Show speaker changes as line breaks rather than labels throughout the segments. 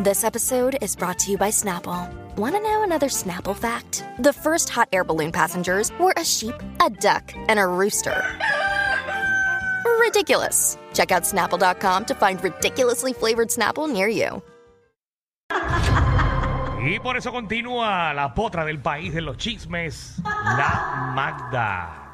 This episode is brought to you by Snapple. Want to know another Snapple fact? The first hot air balloon passengers were a sheep, a duck, and a rooster. Ridiculous. Check out snapple.com to find ridiculously flavored Snapple near you.
Y por eso continúa la potra del país de los chismes, la Magda.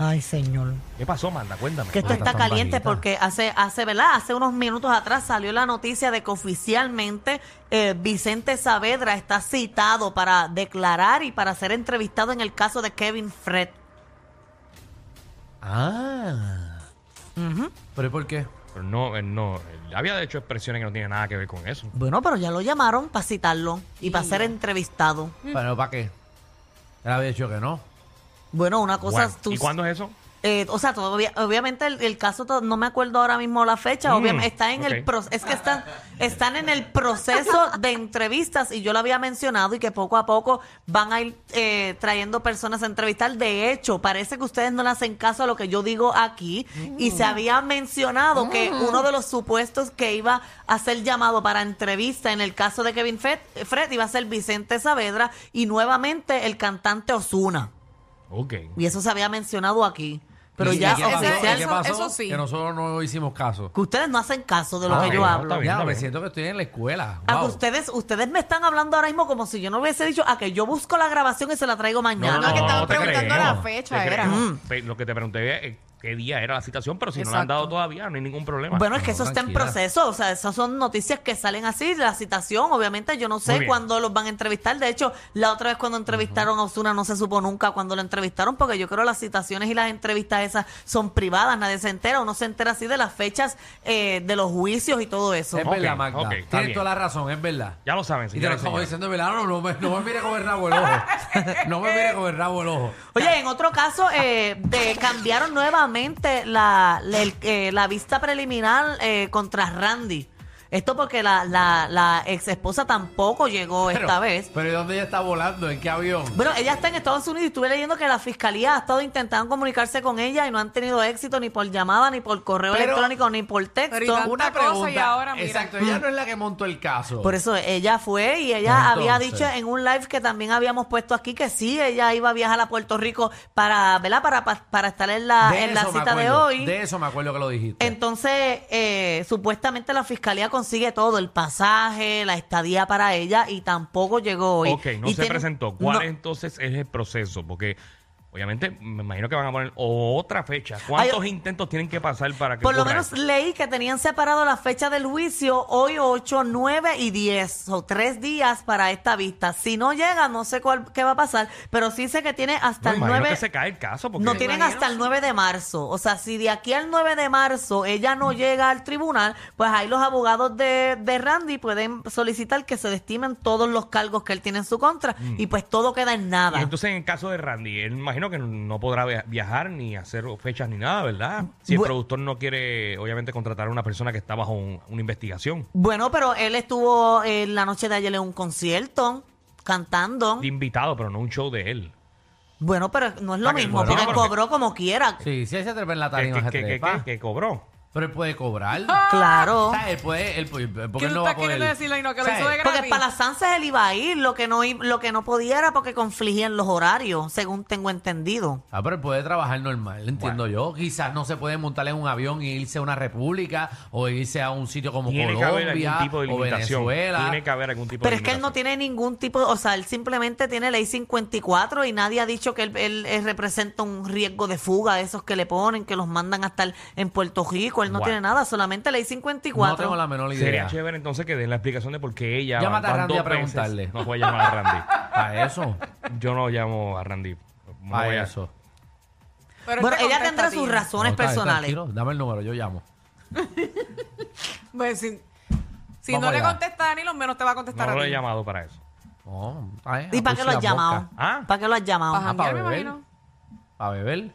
Ay, señor.
¿Qué pasó, Magda? Cuéntame.
Que esto está
Cuéntame.
caliente porque hace, hace, ¿verdad? Hace unos minutos atrás salió la noticia de que oficialmente eh, Vicente Saavedra está citado para declarar y para ser entrevistado en el caso de Kevin Fred.
Ah. ¿Pero ¿y por qué?
Pero no, él no, él había hecho expresiones que no tienen nada que ver con eso.
Bueno, pero ya lo llamaron para citarlo y para ser entrevistado.
¿Pero para qué? Él había dicho que no.
Bueno, una cosa
Bueno,
tú-
¿Y cuándo es eso?
eh, o sea, todavía, obviamente el, el caso, to- no me acuerdo ahora mismo la fecha,
Mm,
obviamente está en el
ok.
pro- es que están, están en el proceso de entrevistas y yo lo había mencionado y que poco a poco van a ir eh, trayendo personas a entrevistar. De hecho, parece que ustedes no le hacen caso a lo que yo digo aquí y se había mencionado que uno de los supuestos que iba a ser llamado para entrevista en el caso de Kevin Fred, Fred iba a ser Vicente Saavedra y nuevamente el cantante Osuna.
Ok.
Y eso se había mencionado aquí. Pero
¿Y
ya
qué pasó?
oficial,
¿Y qué pasó? Que nosotros no hicimos caso.
que ustedes no hacen caso de lo
Ah,
que
ok,
yo
no,
hablo.
está bien,
Ya,
está
me
bien.
siento que estoy en la escuela.
Ah,
Wow.
ustedes, ustedes me están hablando ahora mismo como si yo no hubiese dicho a que yo busco la grabación y se la traigo mañana.
no, que estaba
te
preguntando
creemos,
la fecha,
te
era.
creemos. Pe- Lo que te pregunté es eh, qué día era la citación, pero si no la han
Exacto.
dado todavía, no hay ningún problema.
Bueno, es que
No,
eso está en
tranquila.
proceso, o sea, esas son noticias que salen así, la citación, obviamente yo no
Muy
sé
bien.
cuándo los van a entrevistar, de hecho, la otra vez cuando entrevistaron a Osuna no se supo nunca cuándo lo entrevistaron, porque yo creo las citaciones y las entrevistas esas son privadas, nadie se entera, uno se entera así de las fechas eh, de los juicios y todo eso.
Es
Ok,
verdad, Magda.
ok, está
Tienes
bien.
toda la razón, es verdad.
Ya lo saben,
y te lo
señores.
estamos
señores.
diciendo, de ¿verdad? No, no me, no me mire con el rabo el ojo. no me mire con el rabo el ojo.
Oye, en otro caso, eh, de, cambiaron nuevamente la, la- el- eh, la vista preliminar eh, contra Randy. Esto porque la, la, la ex esposa tampoco llegó Pues esta vez. Pues
Pero pues ¿y dónde ella está volando? ¿En qué avión?
Bueno, ella está en Estados Unidos y estuve leyendo que la fiscalía ha estado intentando comunicarse con ella y no han tenido éxito ni por llamada, ni por correo
Pero-
electrónico, ni por texto.
pero y tan-
Una
tanta cosa y
pregunta.
ahora mira.
Exacto, ella no es la que montó el caso.
Por eso ella fue y ella había
Entonces.
dicho en un live que también habíamos puesto aquí que sí, ella iba a viajar a Puerto Rico para, ¿verdad? Para, para, para estar en la,
De
ah, en la
eso me
cita de
acuerdo,
hoy.
De eso me acuerdo que lo dijiste.
Entonces, eh, supuestamente la fiscalía consigue todo, el pasaje, la estadía para ella y tampoco llegó hoy.
Ok, no
Y
se
tiene-
presentó. ¿Cuál
No.
entonces es el proceso? Porque obviamente me imagino que van a poner otra fecha. ¿Cuántos intentos tienen que pasar para que
Por lo
ocurra
menos
eso?
leí que tenían separado la fecha del juicio hoy 8, 9 y 10, o tres días para esta vista. Si no llega, no sé cuál, qué va a pasar, pero sí sé que tiene
No,
hasta el
imagino
9...
que se cae el caso porque
No tienen hasta el 9 de marzo. O sea, si de aquí al 9 de marzo ella no llega al tribunal, pues ahí los abogados de, de Randy pueden solicitar que se destimen todos los cargos que él tiene en su contra y pues todo queda en
Mm. Y
nada.
entonces, en el caso de Randy, él imagino que no podrá via- viajar ni hacer fechas ni nada, ¿verdad? Si el
Bu-
productor no quiere, obviamente, contratar a una persona que está bajo un- una investigación,
Bueno, pero él estuvo eh, la noche de ayer en un concierto cantando.
de invitado, pero no un show de él.
Bueno, pero no es lo
Ah, que
mismo,
bueno,
porque
porque-
cobró como quiera.
Sí, sí, él se trepa en la
Que,
tarima,
que-
se
que- que-
trepa.
que- que cobró.
Pero él puede cobrar.
Ah.
Claro.
O sea, él puede, él, puede- porque
¿Qué
él
tú
no va a
estás
poder.
queriendo decirle ahí no que lo
¿Sabes?
hizo de
Porque
gratis?
para las Sances él iba a ir, lo que no i- lo que no podía era porque confligían los horarios, según tengo entendido.
Ah, pero él puede trabajar normal, entiendo yo. Quizás no se puede montar en un avión y irse a una república o irse a un sitio como
Tiene que haber
Colombia
algún tipo de
o
limitación.
Venezuela.
Tiene que haber algún tipo
Pero
de
es que él no
limitación.
tiene ningún tipo, o sea, él simplemente tiene ley 54 y nadie ha dicho que él, él, eh, representa un riesgo de fuga, esos que le ponen, que los mandan hasta el- en Puerto Rico, él no
Bueno.
tiene nada, solamente ley 54.
No tengo la menor
Sería
idea.
chévere entonces que den la explicación de por qué ella.
Llámate a
van
Randy
dos
a
veces.
preguntarle.
No voy a llamar a Randy.
Para eso,
Yo no llamo a Randy. No voy
para
a-
eso.
Pero él
bueno,
te
ella
contesta
tendrá
a ti.
sus razones
No, está- está
personales.
tranquilo, Dame el número, yo llamo.
Pues, si si
Vamos
no le
allá.
contesta a Danilo, menos te va a contestar
No
a
lo
ti.
he llamado para eso.
Oh, está bien,
¿Y para qué lo has
apurse la
llamado?
mosca.
Ah.
¿Para qué lo has llamado?
Para janguear, me
para beber.
imagino.
A beber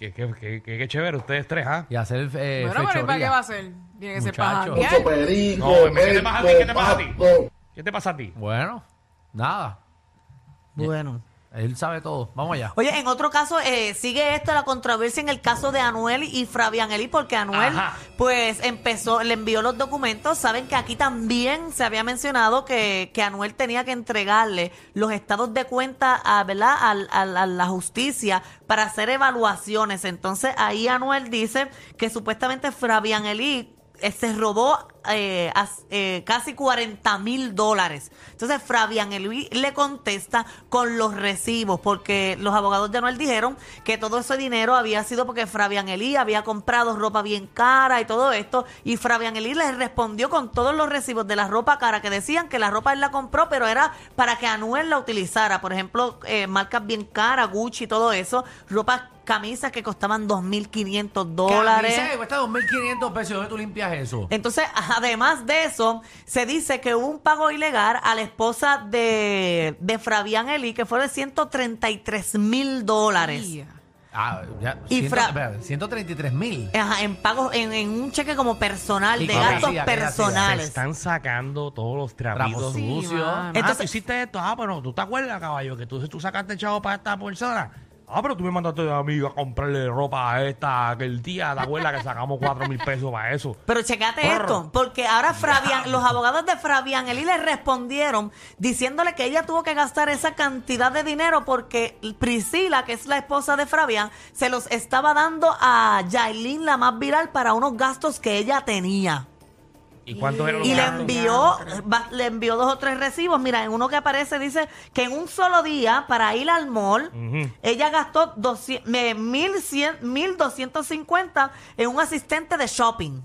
Qué, qué, qué- qué- qué chévere ustedes tres, ¿ah?
y hacer eh,
Bueno, pero ¿y ¿para qué
fechoría.
va a ser? Tiene que ser para
Muchacho.
janguear.
perico,
No, ¿qué te pasa a ti? ¿Qué te pasa a ti?
papo.
¿Qué te pasa a ti?
Bueno, nada.
Bueno.
Él sabe todo. Vamos allá.
Oye, en otro caso, eh, sigue esto la controversia en el caso de Anuel y Fabianelli, porque Anuel,
Ajá.
pues, empezó, le envió los documentos. Saben que aquí también se había mencionado que, que Anuel tenía que entregarle los estados de cuenta a, ¿verdad? Al- al- a la justicia para hacer evaluaciones. Entonces, ahí Anuel dice que supuestamente Fabianelli eh, se robó eh, as- eh, casi 40 mil dólares. Entonces Fabián Elui le contesta con los recibos, porque los abogados de Anuel dijeron que todo ese dinero había sido porque Fabián Elí había comprado ropa bien cara y todo esto, y Fabián Elí les respondió con todos los recibos de la ropa cara, que decían que la ropa él la compró, pero era para que Anuel la utilizara. Por ejemplo, eh, marcas bien caras, Gucci, todo eso, ropas, camisas que costaban 2.500 dólares. Eh,
Camisa que cuesta 2.500 pesos. ¿Dónde tú limpias eso?
Entonces, además de eso, se dice que hubo un pago ilegal a la esposa de, de Fabián Eli, que fue de 133 mil dólares.
Ah, ya.
Y
ciento-
fra- Eh,
espérate, 133 mil.
Ajá, en pagos, en, en un cheque como personal,
Y
de
con
gastos
gracia, gracia.
Se
personales.
están sacando todos los
Trapos
trapitos.
Sí,
sucios.
mano.
Ah, tú
Entonces-
hiciste esto. Ah, pero tú te acuerdas, caballo, que tú, tú sacaste chavo para esta persona. Ah, pero tú me mandaste a mí a comprarle ropa a esta aquel día. ¿Te acuerdas que sacamos cuatro mil pesos para eso?
Pero checate esto, porque ahora Fabián, los abogados de Fabián Eli le respondieron diciéndole que ella tuvo que gastar esa cantidad de dinero porque Priscila, que es la esposa de Fabián, se los estaba dando a Yailin, la más viral, para unos gastos que ella tenía.
¿Y cuánto era lo
Y
que
le
gastó?
envió, va- le envió dos o tres recibos. Mira, en uno que aparece dice que en un solo día para ir al mall,
Ujú.
ella gastó 200 me- 1100 1.250 en un asistente de shopping.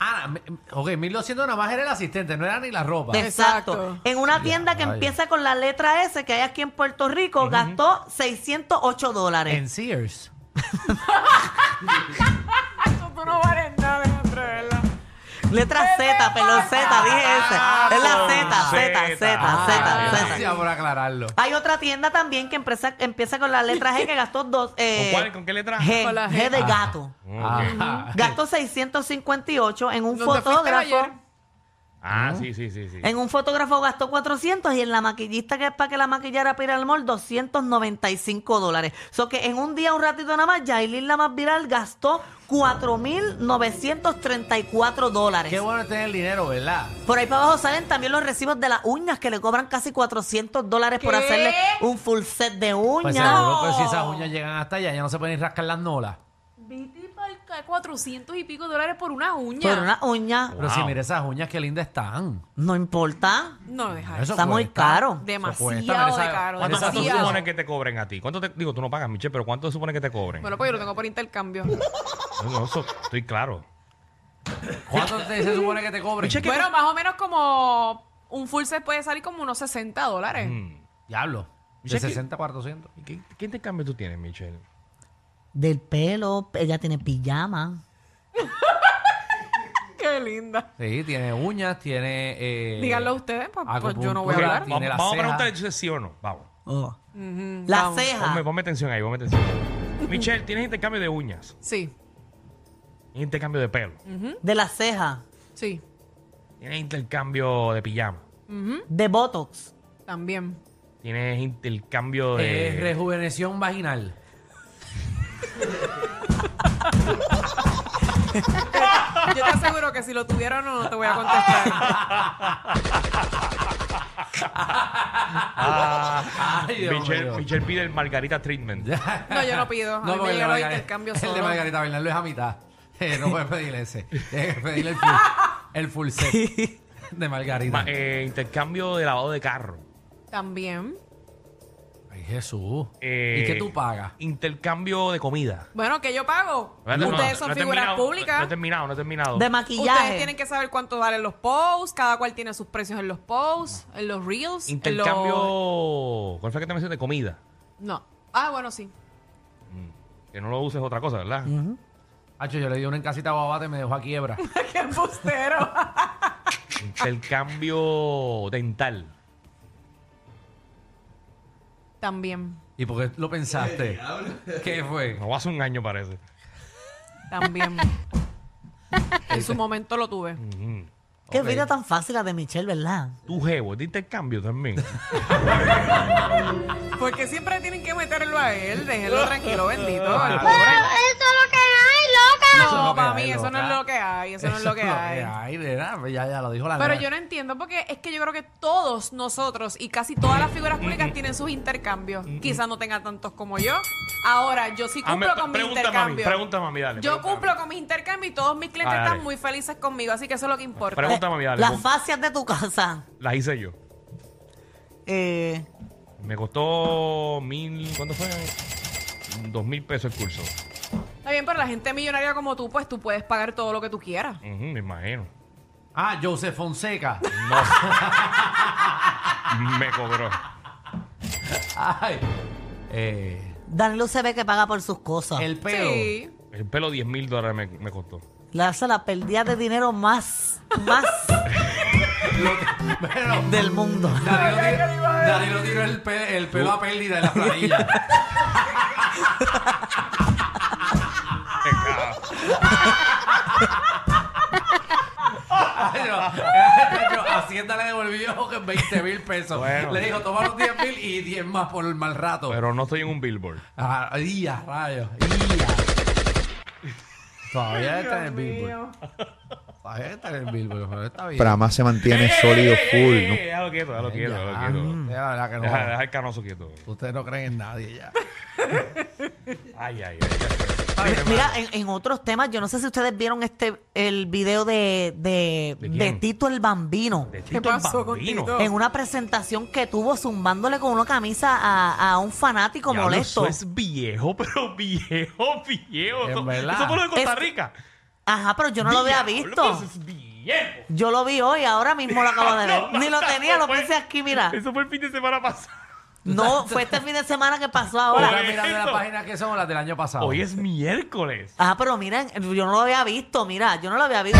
Ah, me- ok, 1.200 nada más era el asistente, no era ni la ropa.
De-
Exacto.
Exacto.
En una tienda que
rayos.
empieza con la letra S, que hay aquí en Puerto Rico, gastó 608 dólares.
En Sears.
Eso tú no vales nada, Alejandro, de verdad.
Letra Z, perdón, Z, dije S. Es la Z, Z, Z,
Ah,
Z, Z.
gracias por aclararlo.
Hay otra tienda también que empresa- empieza con la letra G que gastó dos. eh,
¿Con cuál? ¿Con qué letra? Mm,
G,
Con la G.
G de gato.
Ajá.
Gastó 658 en Ah, un
¿Dónde fuiste
fotógrafo.
ayer?
Ah, sí, sí, sí, sí.
En un fotógrafo gastó 400 y en la maquillista que es para que la maquillara para ir al mall 295 dólares. So que en un día, un ratito nada más, Yailin la más viral gastó 4.934 dólares.
Qué bueno tener el dinero, ¿verdad?
Por ahí para abajo salen también los recibos de las uñas que le cobran casi 400 dólares por
¿Qué?
hacerle un full set de uñas.
Pues seguro que si esas uñas llegan hasta allá, ya no se pueden ni rascar las nolas.
Viti para 400 y pico dólares por una uña.
por una uña.
Pero si mira esas uñas, qué lindas están.
No importa.
No, deja eso.
Eso
Está muy
cuesta.
caro.
Eso
Demasiado
cuesta, mira
de
esa-
caro,
mira
¿Cuánto
esas
se
demasiado.
uñas.
supone que te cobren a ti? ¿Cuánto te, digo, tú no pagas, Michelle, pero ¿cuánto se supone que te cobren?
Bueno, pues yo lo tengo por intercambio.
No, no, eso estoy claro.
¿Cuánto te- se supone que te cobren?
bueno, más o menos como un full set puede salir como unos 60 dólares.
Mm.
Diablo. De
Cheque-
60 a 400.
¿Y ¿Qué, ¿Qué intercambio tú tienes, Michelle?
Del pelo, ella tiene pijama.
Qué linda.
Sí, tiene uñas, tiene. Eh,
Díganlo ustedes, pues, pues yo no voy a
Ok,
hablar.
va-
Tiene las
vamos a
cejas.
preguntar si es sí o no. Vamos.
Oh.
Ujú,
La
vamos.
ceja.
Ponme, ponme atención ahí, ponme atención. Michelle, tienes intercambio de uñas,
Sí,
tienes intercambio de pelo,
De la ceja.
sí,
tienes intercambio de pijama,
De Botox.
también.
tienes intercambio
Eh,
de...
rejuveneción vaginal.
Yo te aseguro que si lo tuviera o no, no te voy a contestar.
Ay, Dios
Ah, Michelle,
mío.
Michelle pide el margarita treatment.
No, yo no pido. A mí me
porque el de
llega los
Margarita-
intercambios
El de
solo.
Margarita Bernal es a mitad. Eh, no puedes pedirle ese. Tienes que pedirle el full, el full set de Margarita.
Ma- eh, intercambio de lavado de carro.
También.
Ay, Jesús.
Eh,
¿Y qué tú pagas?
Intercambio de comida.
Bueno, que yo pago.
No, no,
Ustedes son
no he
figuras
terminado, No, no he
públicas.
terminado, no he terminado.
De
Ustedes
maquillaje.
tienen que saber cuánto valen los posts, cada cual tiene sus precios en los posts, en los reels, en los-
intercambio... ¿Cuál fue que te mencioné? De comida.
No. Ah, bueno, sí.
Que no lo uses otra cosa, ¿verdad?
Hacho, yo le di una en casita a Babate y me dejó a quiebra.
¡Qué embustero!
Intercambio dental.
también,
¿Y por qué lo pensaste? ¿Qué fue?
No hace un año parece.
también. en su momento lo tuve.
Ujú.
Qué
Ok.
vida tan fácil la de Michelle, ¿verdad?
Tu jevo, es de intercambio también.
Porque siempre tienen que meterlo a él, déjelo tranquilo, bendito.
Pero
el pobre.
Eso es lo que hay, loca.
Eso es lo
No,
que
para
hay,
mí, eso no es
loca.
lo que hay, eso no es lo que
es
hay.
hay, ¿verdad? Pues Ya, ya lo dijo la
Pero
nena.
yo no entiendo porque es que yo creo que todos nosotros y casi todas las figuras públicas tienen sus intercambios. Quizás no tenga tantos como yo. Ahora, yo sí
Ah, me-
cumplo con mis
pregunta,
intercambios.
mami, pregunta, mami, dale,
Yo
pregunta,
cumplo
mami.
con mis intercambios y todos mis clientes
Dale,
están
dale.
muy felices conmigo, así que eso es lo que importa.
Pregunta, mami, dale.
Las fascias de tu casa.
Las hice yo.
Eh,
Me costó mil. ¿Cuánto fue? Dos mil pesos el curso.
Está bien, pero la gente millonaria como tú, pues tú puedes pagar todo lo que tú quieras.
Ujú, me imagino.
Ah, Joseph Fonseca.
Me cobró.
Ay. Eh,
Danilo se ve que paga por sus cosas.
el pelo.
Sí.
El pelo 10 mil dólares me, me costó.
La hace la pérdida de dinero más, más
Pero
del mundo.
Danilo tiró, Danilo tiró el, pe- el pelo
Uh.
a pérdida en la planilla.
Qué caro.
Ay, no. Yo, Hacienda le devolvió 20 mil pesos.
Bueno.
Le dijo, toma los 10 mil y 10 más por el mal
Oh.
rato.
Pero no estoy en un billboard.
Ah, ¡Ay, a rayos! ¡Ay, a- Todavía está en el Billboard. Todavía está en el Billboard, pero está bien.
Pero además se mantiene sólido full, ¿no?
Eh, déjalo quieto, déjalo quieto,
Ya,
déjalo quieto.
ya, la verdad que no.
Deja, deja el canoso quieto.
Ustedes no creen en nadie ya.
Ay, ay, ay.
Mira, en, en otros temas, yo no sé si ustedes vieron este el video de, de,
¿De quién?
de Tito el Bambino.
De
¿Qué
Tito el
pasó con
Bambino.
Tito?
En una presentación que tuvo zumbándole con una camisa a, a un fanático
Diablo,
molesto.
Eso es viejo, pero viejo, viejo.
En
Eso,
verdad.
eso fue lo de Costa
Es-
Rica.
Ajá, pero yo no lo había
Diablo,
visto.
pero eso es viejo.
Yo lo vi hoy, ahora mismo lo acabo de ver.
No,
Ni lo
mano,
tenía, lo
fue-
pensé aquí, mira.
Eso fue el fin de semana pasado.
No, fue este fin de semana que pasó
Ahora
ahora.
Oye,
mirando las
eso.
páginas que son las del año
Ah,
pasado.
Hoy es miércoles.
Ah, pero miren, yo no lo había visto, mira, yo no lo había visto.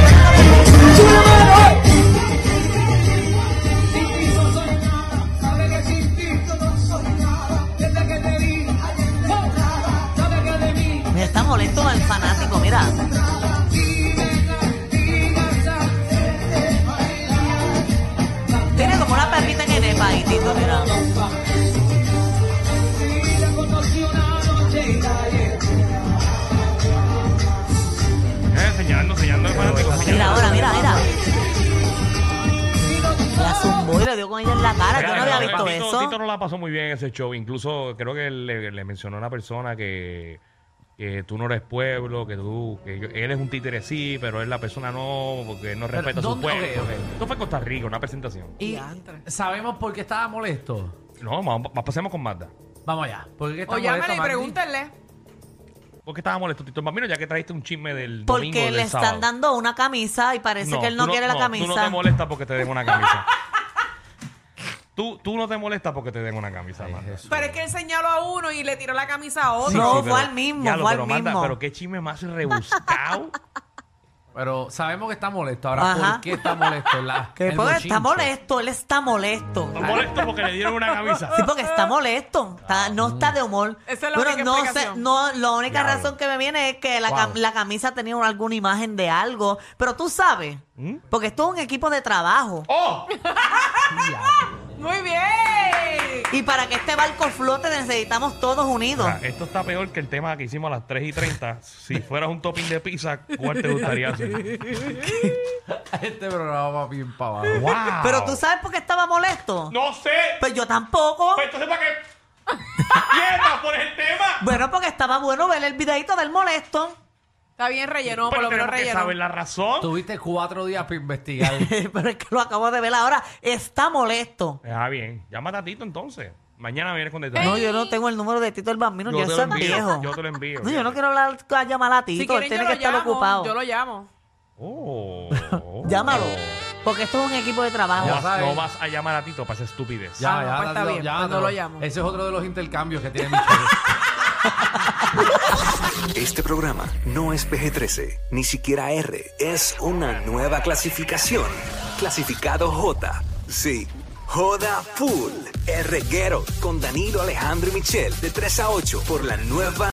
Mira, está molesto el fanático, mira. Tiene como una perrita que nepa ahí, Tito, mira.
Eh, señalando, señalando al fanático.
Mira
señalando.
ahora, mira, mira. La zumbó y le dio con ella en la cara. Ah, Yo no había
Mira,
visto
Tito- Tito
eso.
no la pasó muy bien en ese show. Incluso creo que le, le mencionó a una persona que, que tú no eres pueblo, que tú que yo- él es un títere sí, pero él la persona no, porque él no
Pero,
respeta su
¿dónde?
pueblo.
Ok, ok.
Esto fue en Costa Rica, una presentación.
Y sabemos por qué estaba molesto.
No, vamos, vamos- pasemos con Magda.
Vamos allá. ¿Por qué está
O llámale
molesto,
y
Magdi?
pregúntenle.
¿Por qué estaba molesto, Tito el Bambino? Ya que trajiste un chisme del domingo
Porque
del
le están
sábado.
dando una camisa y parece que él no
tú
quiere la
Tú no
camisa.
te molestas porque te den una camisa. tú, tú no te molestas porque te den una camisa,
Pues
Magda.
Pero es que él señaló a uno y le tiró la camisa a otro.
Sí, No,
pero-
fue al mismo,
Ya lo-
fue al
pero, Magda,
mismo.
pero qué chisme más rebuscado.
Pero sabemos que está molesto. Ahora,
Ajá.
¿por qué está molesto? La,
Que
el
pues, está
bochinche?
molesto, él está molesto.
Ah.
Está molesto porque le dieron una camisa.
Sí, porque está molesto, está- no está de humor.
Esa es la
Bueno,
única
no sé,
explicación.
no, la única
Ah. Diablo.
razón que me viene es que la, cam-
Wow.
la camisa tenía una- alguna imagen de algo, pero tú sabes, porque esto es un equipo de trabajo.
¿Mm? ¡Oh!
Muy bien.
Y para que este barco flote necesitamos todos unidos.
Ah, esto está peor que el tema que hicimos a las 3 y 30. Si fueras un topping de pizza, ¿cuál te gustaría hacer?
Este programa va bien para abajo.
¡Wow!
Pero tú sabes por qué estaba molesto.
¡No sé!
Pues yo tampoco.
Pues entonces, ¿para qué? ¡Mierda! ¡Por el tema!
Bueno, porque estaba bueno ver el videito del molesto.
Está bien, rellenó, por
Pero
lo menos
tenemos que
rellenó.
saber la razón.
Tuviste cuatro días para investigar.
Pero es que lo acabo de ver ahora. Está molesto.
Ah, bien. Llámate a Tito entonces. Mañana vienes con detalles.
No, yo no tengo el número de Tito el Bambino.
Yo
Ya
te
eso
lo
es
envío,
viejo.
yo te lo envío.
No, yo no quiero hablar, a llamar a Tito.
Si
él
quieren, yo
tiene
lo
que estar
llamo.
ocupado.
Yo lo llamo.
Oh,
Llámalo. Porque esto es un equipo de
No
trabajo.
Ya
vas,
sabes.
no vas a llamar a Tito para esa estupidez.
Ya,
Ah, no,
ya,
pues está
Danilo,
bien,
ya,
pues no
Danilo.
lo llamo.
Ese es otro de los intercambios que tiene Michelle.
Este programa no es PG-13, ni siquiera R. Es una nueva clasificación. Clasificado J. Sí. Joda Full. R. Guerrero con Danilo Alejandro y Michel de 3 a 8 por la nueva.